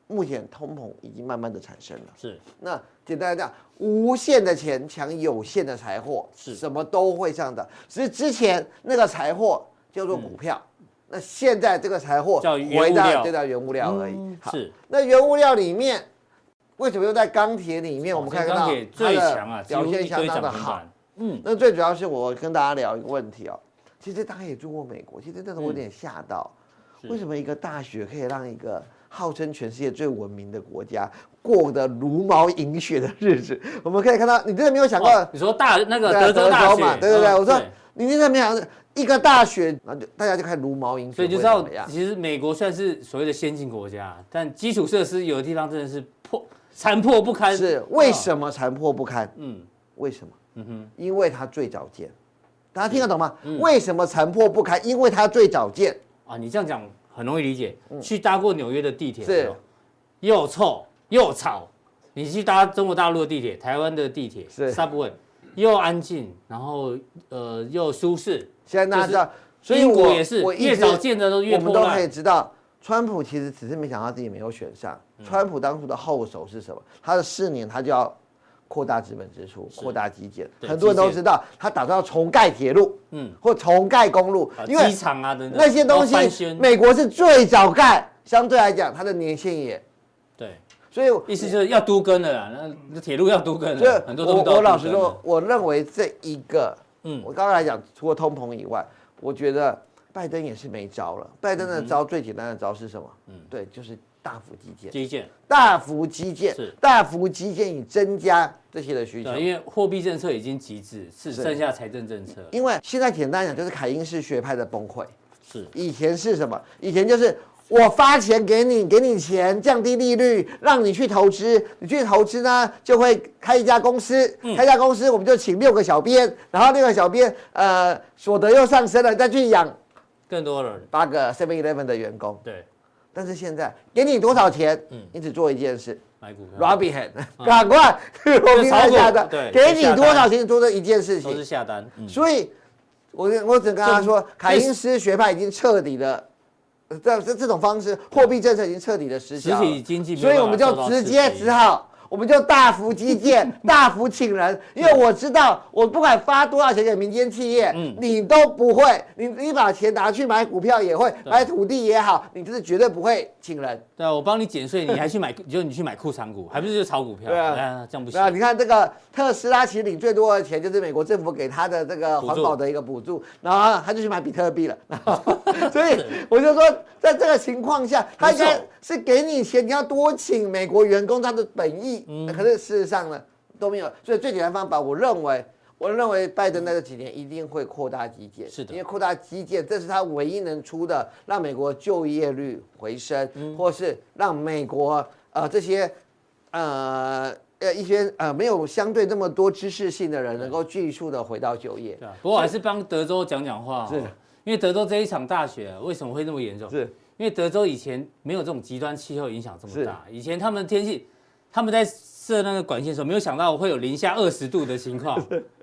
S3: 目前通膨已经慢慢的产生了。
S1: 是
S3: 那简单来讲，无限的钱抢有限的财货，
S1: 是
S3: 什么都会上涨。只是之前那个财货叫做股票，那现在这个财货
S1: 嗯叫原物
S3: 回
S1: 料嗯
S3: 到就叫原物料而已。好，
S1: 是，
S3: 那原物料里面为什么又在钢铁里面？我们
S1: 哇
S3: 看
S1: 这
S3: 到
S1: 哦钢铁最
S3: 它的
S1: 强啊，几
S3: 表
S1: 乎
S3: 现
S1: 一
S3: 相
S1: 堆
S3: 当
S1: 涨
S3: 的
S1: 停
S3: 好。
S1: 板，
S3: 那最主要是我跟大家聊一个问题哦，其实大家也住过美国，其实那时候我有点吓到，
S1: 嗯是
S3: 为什么一个大学可以让一个号称全世界最文明的国家过得茹毛饮血的日子？我们可以看到，你真的没有想
S1: 哦
S3: 过，
S1: 你说大那个
S3: 对啊
S1: 德州大学
S3: 嘛？对对对，
S1: 嗯
S3: 我说你真的没想过一个大学，然后就大家就开始茹毛饮血，
S1: 所以就
S3: 会
S1: 知道
S3: 怎么样，
S1: 其实美国算是所谓的先进国家，但基础设施有的地方真的是破残破不堪。
S3: 是为什么残破不堪？
S1: 嗯，嗯
S3: 为什么？因为它最早见。大家听得懂吗？为什么残破不堪？因为它最早见。
S1: 啊，你这样讲很容易理解。去搭过纽约的地铁，
S3: 嗯是
S1: 有没有又臭又吵。你去搭中国大陆的地铁、台湾的地铁
S3: 是
S1: ，Subway，又安静，然后呃又舒适。
S3: 现在大家知道，所以
S1: 英国
S3: 我
S1: 也是
S3: 我一
S1: 越
S3: 直
S1: 早见的都越
S3: 我们
S1: 破
S3: 都
S1: 烂
S3: 可以知道，川普其实只是没想到自己没有选上。
S1: 嗯
S3: 川普当初的后手是什么？他的四年他就要扩大资本支出，扩大基建。
S1: 对
S3: 很多人
S1: 基
S3: 都
S1: 建
S3: 知道，他打算要重盖铁路，
S1: 嗯
S3: 嗯，或重盖公路
S1: 啊，
S3: 因为
S1: 机场啊等等
S3: 那些东
S1: 都翻
S3: 西
S1: 新
S3: 美国是最早盖，相对来讲它的年限也，
S1: 对，
S3: 所以
S1: 意思就是要都跟了啦，那那铁路要都跟
S3: 所以
S1: 了，很多东西
S3: 我
S1: 都要
S3: 我老
S1: 都
S3: 实
S1: 跟了
S3: 说，，我认为这一个，
S1: 嗯
S3: 嗯，我刚刚来讲，除了通膨以外，我觉得拜登也是没招了。拜登
S1: 嗯
S3: 的招最简单的招是什么？嗯，对，就是大幅基建，
S1: 基建，
S3: 大幅基建
S1: 是，
S3: 大幅基建以增加这些的需求
S1: 对，。啊因为货币政策已经极致，是
S3: 是
S1: 剩下财政政策，
S3: 因为现在简单讲，就是凯因式学派的崩溃。
S1: 是
S3: 以前是什么？以前就是我发钱给你，给你钱，降低利率，让你去投资。你去投资呢，就会开一家公司，
S1: 嗯
S3: 开一家公司我们就请六个小编，然后六个小编呃所得又上升了，再去养
S1: 更多人，
S3: 八个 Seven Eleven 的员工。
S1: 对，
S3: 但是现在给你多少钱，
S1: 嗯
S3: 你只做一件事。
S1: 买股票
S3: Robinhood，赶 快去罗宾汉下单
S1: 嗯对，
S3: 给你
S1: 下单
S3: 多少钱，你做这一件事
S1: 都是
S3: 情。
S1: 下单，嗯，
S3: 所以，我我只跟大家说
S1: 就，
S3: 凯因斯学派已经彻底的，呃这这这种方式，货币政策已经彻底的失效了。
S1: 实体经济没有
S3: 所以我们
S1: 办法
S3: 就
S1: 受到
S3: 直
S1: 刺
S3: 接
S1: 激
S3: 只好，我们就大幅 基建，大幅请人，因为我知道，我不管发多少钱给民间企业，
S1: 嗯
S3: 你都不会，你你把钱拿去买股票也会，买土地也好，你就是绝对不会请人。
S1: 对啊，我帮你减税，你还去买， 你就你去买库藏股，还不是就炒股票？
S3: 对啊
S1: 这样不行
S3: 那。你看这个特斯拉，其实领最多的钱就是美国政府给他的这个
S1: 补助
S3: 环保的一个补助，然后他就去买比 特币了。然后所以我就说，在这个情况下，他应该是给你钱，你要多请美国员工，他的本意。
S1: 嗯
S3: 可是事实上呢，都没有。所以最简单的方法，我认为。我认为拜登在这几年一定会扩大基建，
S1: 是的
S3: 因为扩大基建，这是他唯一能出的，让美国就业率回升，
S1: 嗯
S3: 或是让美国呃这些呃呃一些呃没有相对那么多知识性的人能够迅速的回到就业。
S1: 对啊，不过我还是帮德州讲讲话、哦，
S3: 是
S1: 因为德州这一场大雪、啊、为什么会那么严重？
S3: 是
S1: 因为德州以前没有这种极端气候影响这么
S3: 是
S1: 大，以前他们的天气，他们在设那个管线的时候，没有想到会有零下二十度的情 况，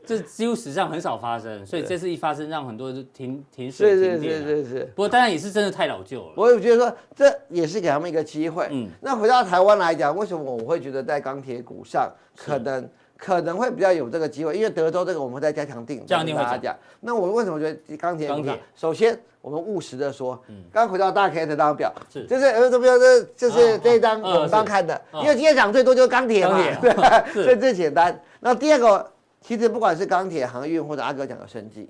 S1: 这几乎史上很少发生，所以这次一发生，让很多人就停停水
S3: 是是
S1: 停
S3: 是
S1: 电、啊。
S3: 是是。
S1: 不过当然也是真的太老旧了，
S3: 我也觉得说，这也是给他们一个机会。
S1: 嗯
S3: 嗯，那回到台湾来讲，为什么我会觉得在钢铁股上可能可能会比较有这个机会？因为德州这个我们会再加强定，
S1: 这样一定会
S3: 跟大家讲。那我为什么觉得钢铁股
S1: 钢
S3: 上
S1: 铁？嗯
S3: 首先，我们务实的说，刚回到大 K 这张表，
S1: 是
S3: 就是呃，这表这就
S1: 啊
S3: 是这一张
S1: 啊
S3: 我们刚
S1: 是
S3: 看的，
S1: 啊
S3: 因为今天涨最多就是钢铁嘛
S1: 钢铁，嗯
S3: 对，
S1: 是
S3: 所以最简单。那第二个，其实不管是钢铁、航运或者阿哥讲的生计，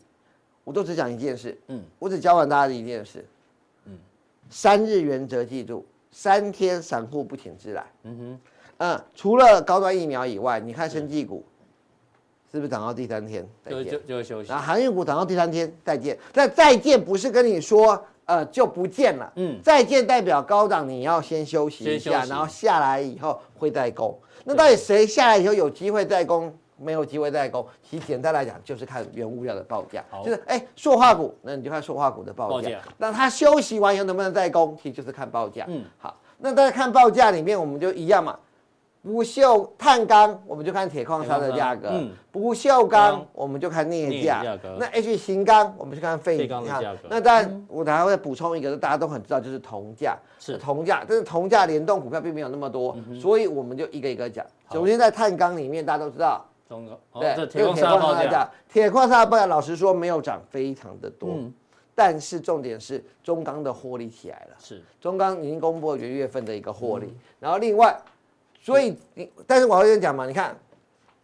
S3: 我都只讲一件事，
S1: 嗯
S3: 嗯，我只教完大家一件事，三日原则记住，三天散户不请自来。嗯哼，嗯，除了高端疫苗以外，你看生技股是不是涨到第三天再
S1: 就
S3: 见
S1: 就？就会休息
S3: 然。后航运股涨到第三天再见，那再见不是跟你说呃就不见了，
S1: 嗯
S3: 嗯，再见代表高档你要先休息一
S1: 先
S3: 下
S1: 休，息
S3: 然后下来以后会再攻。那到底谁下来以后有机会再攻？没有机会再攻，其实简单来讲就是看原物料的报价
S1: 好，
S3: 就是哎塑化股，那你就看塑化股的报
S1: 报
S3: 价
S1: 价，
S3: 那它休息完以后能不能再攻，其实就是看报价。
S1: 嗯
S3: 嗯，好，那在看报价里面，我们就一样嘛，不锈碳钢我们就看铁矿砂的价格，
S1: 铁矿砂嗯
S3: 不锈钢
S1: 钢
S3: 我们就看镍
S1: 镍价
S3: 价
S1: 格，
S3: 那 H 型钢我们就看
S1: 废
S3: 废
S1: 钢的
S3: 价
S1: 价格
S3: 那当然我还会补充一个，大家都很知道就是铜价，
S1: 是嗯
S3: 铜价，但是铜价联动股票并没有那么多，所以我们就一个一个讲。首先在碳钢里面，大家都知道。
S1: 中国哦，
S3: 对，
S1: 这
S3: 就
S1: 铁矿砂报
S3: 的
S1: 价，
S3: 价，铁矿砂的报价，老实说没有涨非常的多，
S1: 嗯
S3: 但是重点是中钢的获利起来了，
S1: 是
S3: 中钢已经公布了元月份的一个获
S1: 嗯
S3: 利，然后另外，所以你，但是我还跟你讲嘛，你看，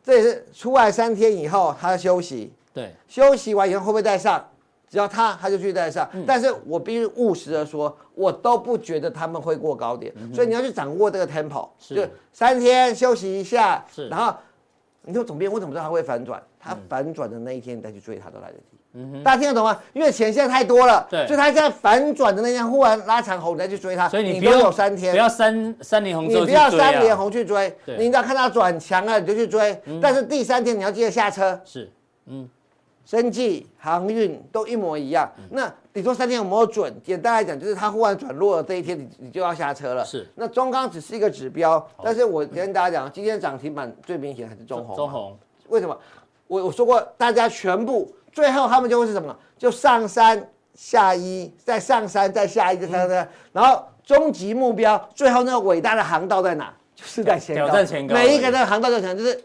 S3: 这也是出来三天以后他休息，
S1: 对，
S3: 休息完以后会不会再上？只要他，他就去再上。
S1: 嗯
S3: 但是我必须务实的说，我都不觉得他们会过高点，所以你要去掌握这个 tempo，
S1: 嗯是
S3: 就三天休息一下，
S1: 是嗯
S3: 然后你说总编，我怎么知道它会反转？它反转的那一天你再去追它都来得及。大家听得懂吗？因为钱现在太多了，
S1: 对
S3: 所以它在反转的那天忽然拉长啊红，你再去追它，
S1: 所以你不
S3: 都
S1: 要
S3: 有三天，
S1: 不要三三连红
S3: 你
S1: 之后
S3: 不
S1: 去
S3: 要
S1: 追
S3: 三连
S1: 啊，
S3: 红去追，
S1: 对嗯
S3: 你只要看它转强了你就去追，但是第三天你要记得下车。
S1: 是
S3: 生技、航运都一模一样。那你说三天有没有准？简单来讲，就是它忽然转弱了这一天，你你就要下车了。
S1: 是
S3: 那中钢只是一个指标，但是我跟大家讲，今天涨停板最明显还是中红。啊
S1: 中，红
S3: 为什么？我我说过，大家全部最后他们就会是什么？就上山下一，再上山再下一，
S1: 嗯
S3: 再上山，然后终极目标，最后那个伟大的航道在哪？就是在前高，
S1: 挑战前高
S3: 每一个那个航道就想就是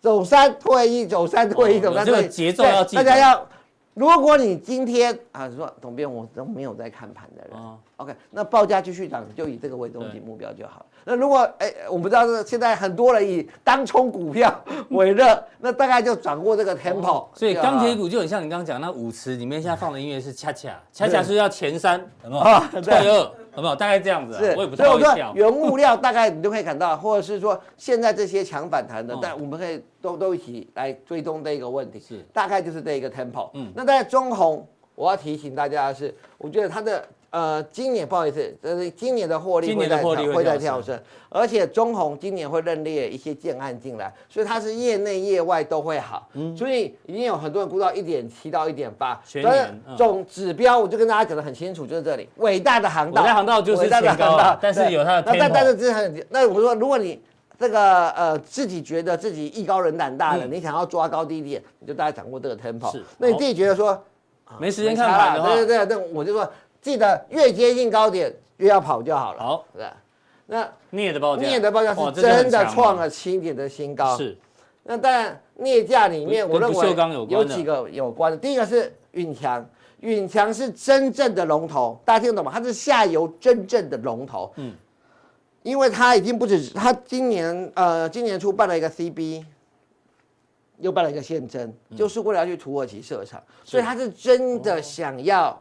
S3: 走山退一，走山退一，
S1: 哦
S3: 走山
S1: 有这个
S3: 退一，
S1: 节奏要
S3: 对
S1: 记得
S3: 大家要。如果你今天啊说董编我都没有在看盘的人、
S1: 啊
S3: o k 那报价继续涨就以这个为终极目标就好了。那如果哎、我不知道是现在很多人以当冲股票为乐，那大概就掌握这个 tempo 就好了、
S1: 哦所以钢铁股就很像你刚刚讲那舞池里面，现在放的音乐是恰恰，恰恰是要前三，有没
S3: 啊
S1: 有？
S3: 对
S1: 退二，有没有？大概这样子啊，
S3: 是，
S1: 我也不太
S3: 所以我
S1: 会
S3: 说
S1: 跳。
S3: 原物料大概你就可以看到，或者是说现在这些强反弹的
S1: 嗯，
S3: 但我们可以都都一起来追踪这一个问题，
S1: 是
S3: 大概就是这一个 tempo。
S1: 嗯
S3: 嗯，那在中红，我要提醒大家的是，我觉得它的呃今年不好意思，就是今年的获利
S1: 今
S3: 会
S1: 年的
S3: 在
S1: 获利会
S3: 会在
S1: 跳
S3: 跳升，而且中红今年会认列一些建案进来，所以它是业内业外都会好。所以已经有很多人估到一点七到一点八，
S1: 嗯全
S3: 但是
S1: 年嗯
S3: 总指标我就跟大家讲的很清楚，就是这里伟大的航道，
S1: 伟大航道就是
S3: 伟大的
S1: 前高
S3: 航
S1: 啊
S3: 道，
S1: 但是
S3: 对
S1: 有它的
S3: 那但
S1: tempo
S3: 但是这是很，那我说，如果你这个呃自己觉得自己艺高人胆大了，
S1: 嗯
S3: 你想要抓高低点，你就大概掌握这个 tempo
S1: 是。
S3: 那你自己觉得说
S1: 没时间看盘的话，
S3: 啊对对对，那我就说记得越接近高点越要跑就好了。
S1: 好，
S3: 对。那
S1: 镍的报价，
S3: 镍的报价
S1: 哇
S3: 是真的
S1: 这就
S3: 创，
S1: 很强
S3: 了七年的新高。
S1: 了。是
S3: 那但镍价里面，
S1: 跟
S3: 我认
S1: 不锈钢有
S3: 为
S1: 关的
S3: 几个有关的。第一个是运强，运强是真正的龙头，大家听得懂吗？它是下游真正的龙头。
S1: 嗯
S3: 嗯，因为它已经不只是它今年呃今年初办了一个 CB，又办了一个现征，
S1: 嗯
S3: 就是为了要去土耳其设厂，所以它是真的想要。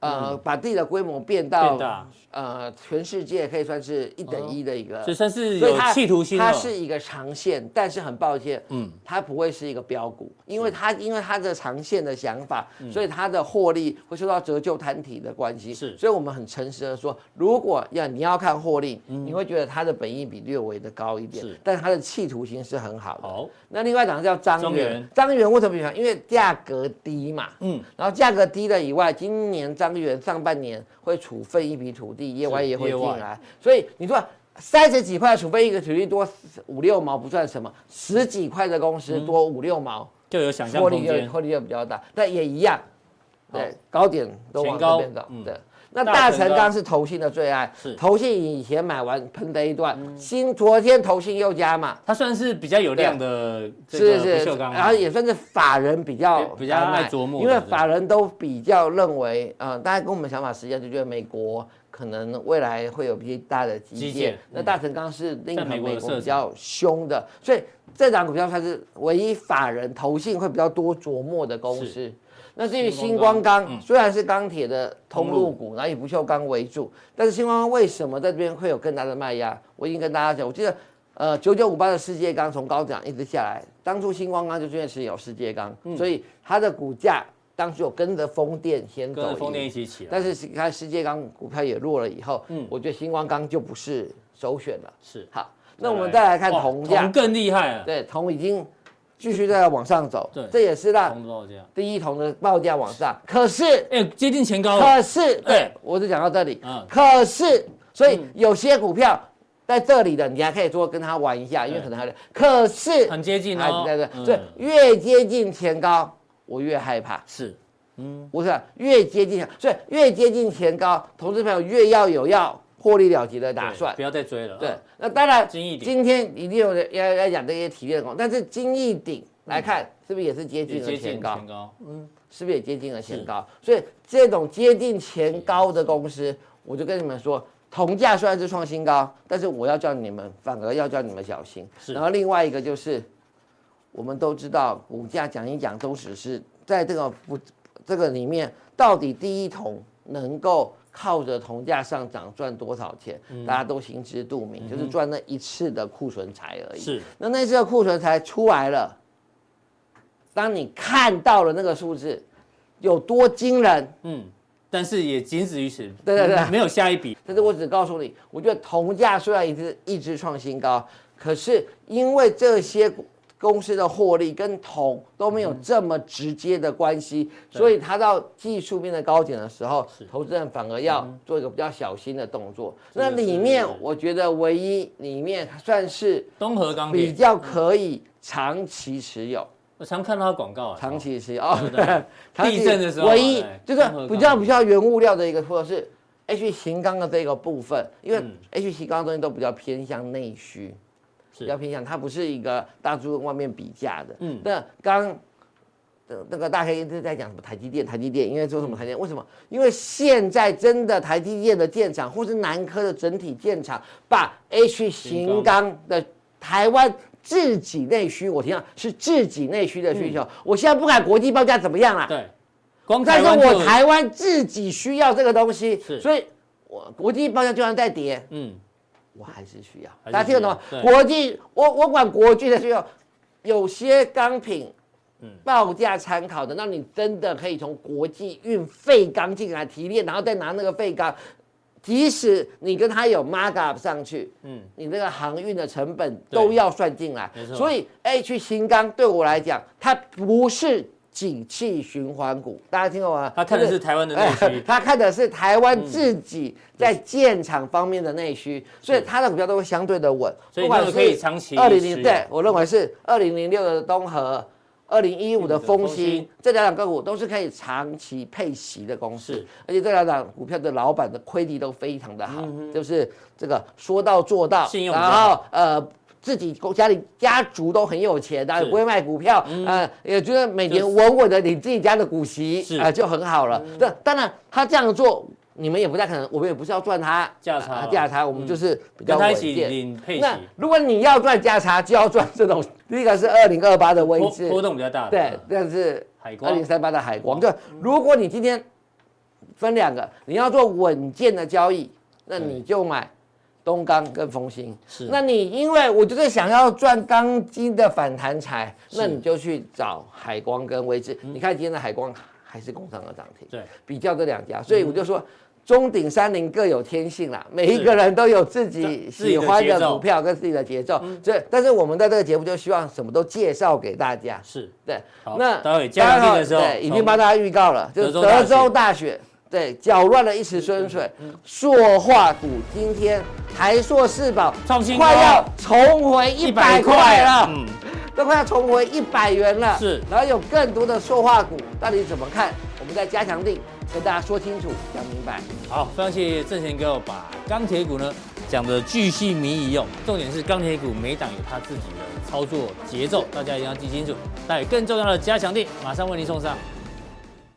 S3: 呃，把自己的规模变到
S1: 嗯变大哦
S3: 呃全世界可以算是一等一的一个，
S1: 所以算是
S3: 啊所以
S1: 有
S3: 它
S1: 企图心
S3: 它
S1: 了。
S3: 是一个长线，但是很抱歉，
S1: 嗯
S3: 嗯，它不会是一个标股，因为它因为它的长线的想法，
S1: 嗯
S3: 所以它的获利会受到折旧摊体的关系。
S1: 是
S3: 所以我们很诚实的说，如果要你要看获利，你会觉得它的本益比略微的高一点
S1: 嗯是，
S3: 但是它的企图心是很好的。
S1: 好，
S3: 那另外一档叫张
S1: 张
S3: 元
S1: 元，
S3: 张元为什么比较？因为价格低嘛，
S1: 嗯
S3: 嗯，然后价格低了以外，今年张元上半年会处分一笔土地，业外也会
S1: 业外
S3: 进来，所以你说三十几块处分一个土地多五六毛不算什么，十几块的公司多五六毛，
S1: 就有嗯想象
S3: 获
S1: 空
S3: 利就
S1: 间。
S3: 获利就比较大，但也一样，对，高点都往
S1: 前高
S3: 这边走
S1: 嗯，
S3: 对。那
S1: 大
S3: 大
S1: 成
S3: 成
S1: 钢
S3: 钢是投信的最爱
S1: 是，嗯
S3: 投信以前买完喷的一段，新昨天投信又加嘛，
S1: 它算是比较有量的这
S3: 是
S1: 个
S3: 是，
S1: 不锈钢嘛，
S3: 然后也算是法人比较
S1: 比比较爱琢磨的
S3: 因为法人都比较认为，呃，大家跟我们想法实际上就觉得美国可能未来会有比较大的
S1: 基建
S3: 基建
S1: 嗯，
S3: 那大成钢是另一
S1: 在
S3: 个
S1: 美国的
S3: 美
S1: 设
S3: 国
S1: 置
S3: 比较凶的，所以这档股票它是唯一法人投信会比较多琢磨的公司。那至于
S1: 星
S3: 星
S1: 光
S3: 光
S1: 钢
S3: 钢，
S1: 嗯
S3: 虽然是钢铁的通
S1: 通路
S3: 路股，然后以不锈钢为主，但是星光钢为什么在这边会有更大的卖压？我已经跟大家讲，我记得呃，九九五八的世界钢从高涨一直下来，当初星光钢就是因为持有世界钢，
S1: 嗯
S3: 所以它的股价当初有跟着风电先走
S1: 跟着
S3: 一，
S1: 风电一起啊起来，嗯
S3: 但是它世界钢股票也弱了以后，我觉得星光钢就不是首选了。
S1: 是。
S3: 好，那我们再来看
S1: 哇
S3: 铜价
S1: 铜，更厉害啊了，
S3: 对，铜已经继续在往上走
S1: 对，
S3: 这也是让
S1: 铜多少啊这样？
S3: 第一铜的报价往上，可是
S1: 哎，接近前高了，
S3: 可是，
S1: 哎
S3: 对我就讲到这里
S1: 嗯。
S3: 可是，所以有些股票在这里的，你还可以多跟它玩一下，因为
S1: 对
S3: 可能还有。可是哎
S1: 很接近
S3: 还
S1: 哦
S3: 在这，，
S1: 嗯
S3: 所以越接近前高，我越害怕。
S1: 是嗯
S3: 我想越接近，所以越接近前高，投资朋友越要有要获利了结的打
S1: 对
S3: 算
S1: 不。要再追了。
S3: 对
S1: 嗯，
S3: 那当然，
S1: 金益鼎
S3: 今天一定有人要要讲这些体验的股，但是金逸鼎来看，是不是也是接
S1: 嗯
S3: 近
S1: 也
S3: 了
S1: 接
S3: 前
S1: 近
S3: 高
S1: 前？高，
S3: 是不是也接近了前高？所以这种接近前高的公司，我就跟你们说，铜价虽然是创新高，但是我要叫你们，反而要叫你们小心。
S1: 是
S3: 然后另外一个就是，我们都知道股价讲一讲都只是在这个不这个里面，到底第一桶能够靠着铜价上涨赚多少钱，大家都心知肚明，就是赚那一次的库存财而已。
S1: 是
S3: 那那次的库存才出来了，当你看到了那个数字有多惊人，
S1: 嗯，但是也仅止于此。
S3: 对对对
S1: 没有下一笔。
S3: 但是我只告诉你，我觉得铜价虽然一直一直创新高，可是因为这些股公司的获利跟铜都没有这么直接的关
S1: 嗯
S3: 系，所以它到技术面的高点的时候，投资人反而要做一个比较小心的动作。
S1: 嗯这个是
S3: 那里面我觉得唯一里面算是
S1: 东河钢
S3: 比
S1: 铁，
S3: 较可以长期持有。
S1: 我常看到它广告啊，
S3: 长期持有哦
S1: 对对，
S3: 长期
S1: 地震的时候
S3: 唯一
S1: 对
S3: 就是
S1: 综合钢
S3: 比较比较原物料的一个，或者是 H 型钢的这个部分，因
S1: 嗯
S3: 为 H 型钢的东西都比较偏向内需，
S1: 是
S3: 比较偏向它不是一个大猪跟外面比价的。
S1: 嗯
S3: 嗯，那刚呃那个大家一直在讲什么台积电，台积电，因为说什
S1: 嗯
S3: 么台积电？为什么？因为现在真的台积电的建厂，或是南科的整体建厂，把 H 型钢的台湾自己内需，我听到是自己内需的需求。我现在不管国际报价怎么样啦，
S1: 嗯对，光台
S3: 但是
S1: 湾就
S3: 我台湾自己需要这个东西
S1: 是，
S3: 所以我国际报价就算再跌，
S1: 嗯，
S3: 我还是需
S1: 还是需要
S3: 要。大家听得懂吗？
S1: 对
S3: 国际，我我管国际的需要，有些钢品，报价参考的，那你真的可以从国际运废钢进来提炼，然后再拿那个废钢，即使你跟它有 mark up 上去，
S1: 嗯
S3: 嗯，你那个航运的成本
S1: 对
S3: 都要算进来
S1: 没错。
S3: 所以 H 型钢对我来讲，它不是景气循环股，大家听懂吗？
S1: 他看的
S3: 就是哎
S1: 台湾的内需嗯
S3: 他看的是台湾自己在建厂方面的内需，所以他的股票都会相对的稳。
S1: 所以
S3: 不管
S1: 那个可以长期
S3: 二零
S1: 持有
S3: 零，对我认为是二零零六的东和，二零一五的
S1: 嗯
S3: 丰
S1: 丰兴
S3: 兴，这两档个股都是可以长期配息的公司
S1: 是，
S3: 而且这两档股票的老板的亏力都非常的好，
S1: 嗯
S3: 就是这个说到做到，
S1: 信用比较
S3: 然
S1: 好
S3: 后呃。自己公家里家族都很有钱，然后
S1: 是嗯
S3: 不会卖股票，呃，也觉得每
S1: 就
S3: 年
S1: 是
S3: 稳稳的领自己家的股息
S1: 是，嗯
S3: 啊，就很好了。那当然，他这样做，你们也不太可能，我们也不是要赚他
S1: 价差
S3: 啊
S1: 了
S3: 价差，我们就是比
S1: 嗯
S3: 较
S1: 跟他
S3: 稳
S1: 一起
S3: 健。
S1: 领配息，
S3: 那如果你要赚价差，就要赚这种，第一个是二零二八的位
S1: 波
S3: 置，
S1: 波动比较大的，
S3: 对，但是
S1: 海哦光
S3: 二零三八的海光，就如果你今天分两个，你要做稳健的交易，那你就买东钢跟丰兴。
S1: 是
S3: 那你因为我就是想要赚钢筋的反弹财，
S1: 是嗯
S3: 那你就去找海光跟威智。你看今天的海光还是工商的涨停，
S1: 对，嗯
S3: 比较这两家，所以我就说。中鼎三菱各有天性啦，每一
S1: 是
S3: 个人都有自
S1: 这
S3: 己
S1: 自己
S3: 喜
S1: 的
S3: 欢
S1: 节
S3: 的
S1: 奏嗯
S3: 股票跟自己的节奏，所以但是我们在这个节目就希望什么都介绍给大家，
S1: 是
S3: 对
S1: 好，
S3: 那
S1: 待会加强力的时候
S3: 对，已
S1: 从
S3: 经帮大家预告了，就是
S1: 德州大嗯
S3: 德
S1: 学
S3: 州大学，对，搅乱了一池春水，塑化股今天台塑四宝
S1: 创新高
S3: 快要重回一百块了，
S1: 嗯，
S3: 都快要重回一百元了，
S1: 是
S3: 然后有更多的塑化股，到底怎么看？我们在加强力跟大家说清楚，讲明白。
S1: 好，非常谢谢郑贤哥把钢铁股呢讲的巨细靡遗哦，重点是钢铁股每档有它自己的操作节奏，大家一定要记清楚。但有更重要的加强力，马上为您送上。